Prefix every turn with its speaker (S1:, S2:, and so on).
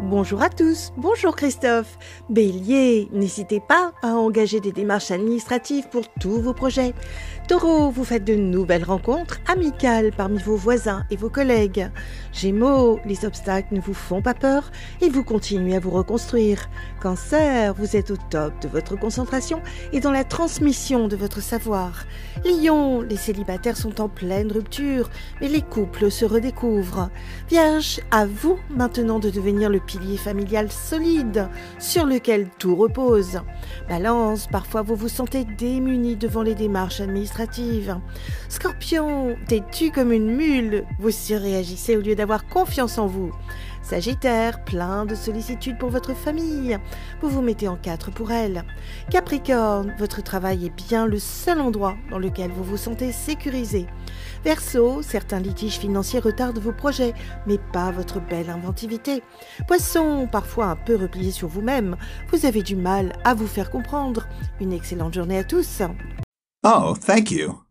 S1: Bonjour à tous, bonjour Christophe. Bélier, n'hésitez pas à engager des démarches administratives pour tous vos projets. Taureau, vous faites de nouvelles rencontres amicales parmi vos voisins et vos collègues. Gémeaux, les obstacles ne vous font pas peur et vous continuez à vous reconstruire. Cancer, vous êtes au top de votre concentration et dans la transmission de votre savoir. Lion, les célibataires sont en pleine rupture, mais les couples se redécouvrent. Vierge, à vous maintenant de devenir le pilier familial solide sur lequel tout repose. Balance, parfois vous vous sentez démuni devant les démarches administratives. Scorpion, têtu comme une mule, vous surréagissez au lieu d'avoir confiance en vous. Sagittaire, plein de sollicitude pour votre famille. Vous vous mettez en quatre pour elle. Capricorne, votre travail est bien le seul endroit dans lequel vous vous sentez sécurisé. Verseau, certains litiges financiers retardent vos projets, mais pas votre belle inventivité. Poisson, parfois un peu replié sur vous-même, vous avez du mal à vous faire comprendre. Une excellente journée à tous.
S2: Oh, thank you.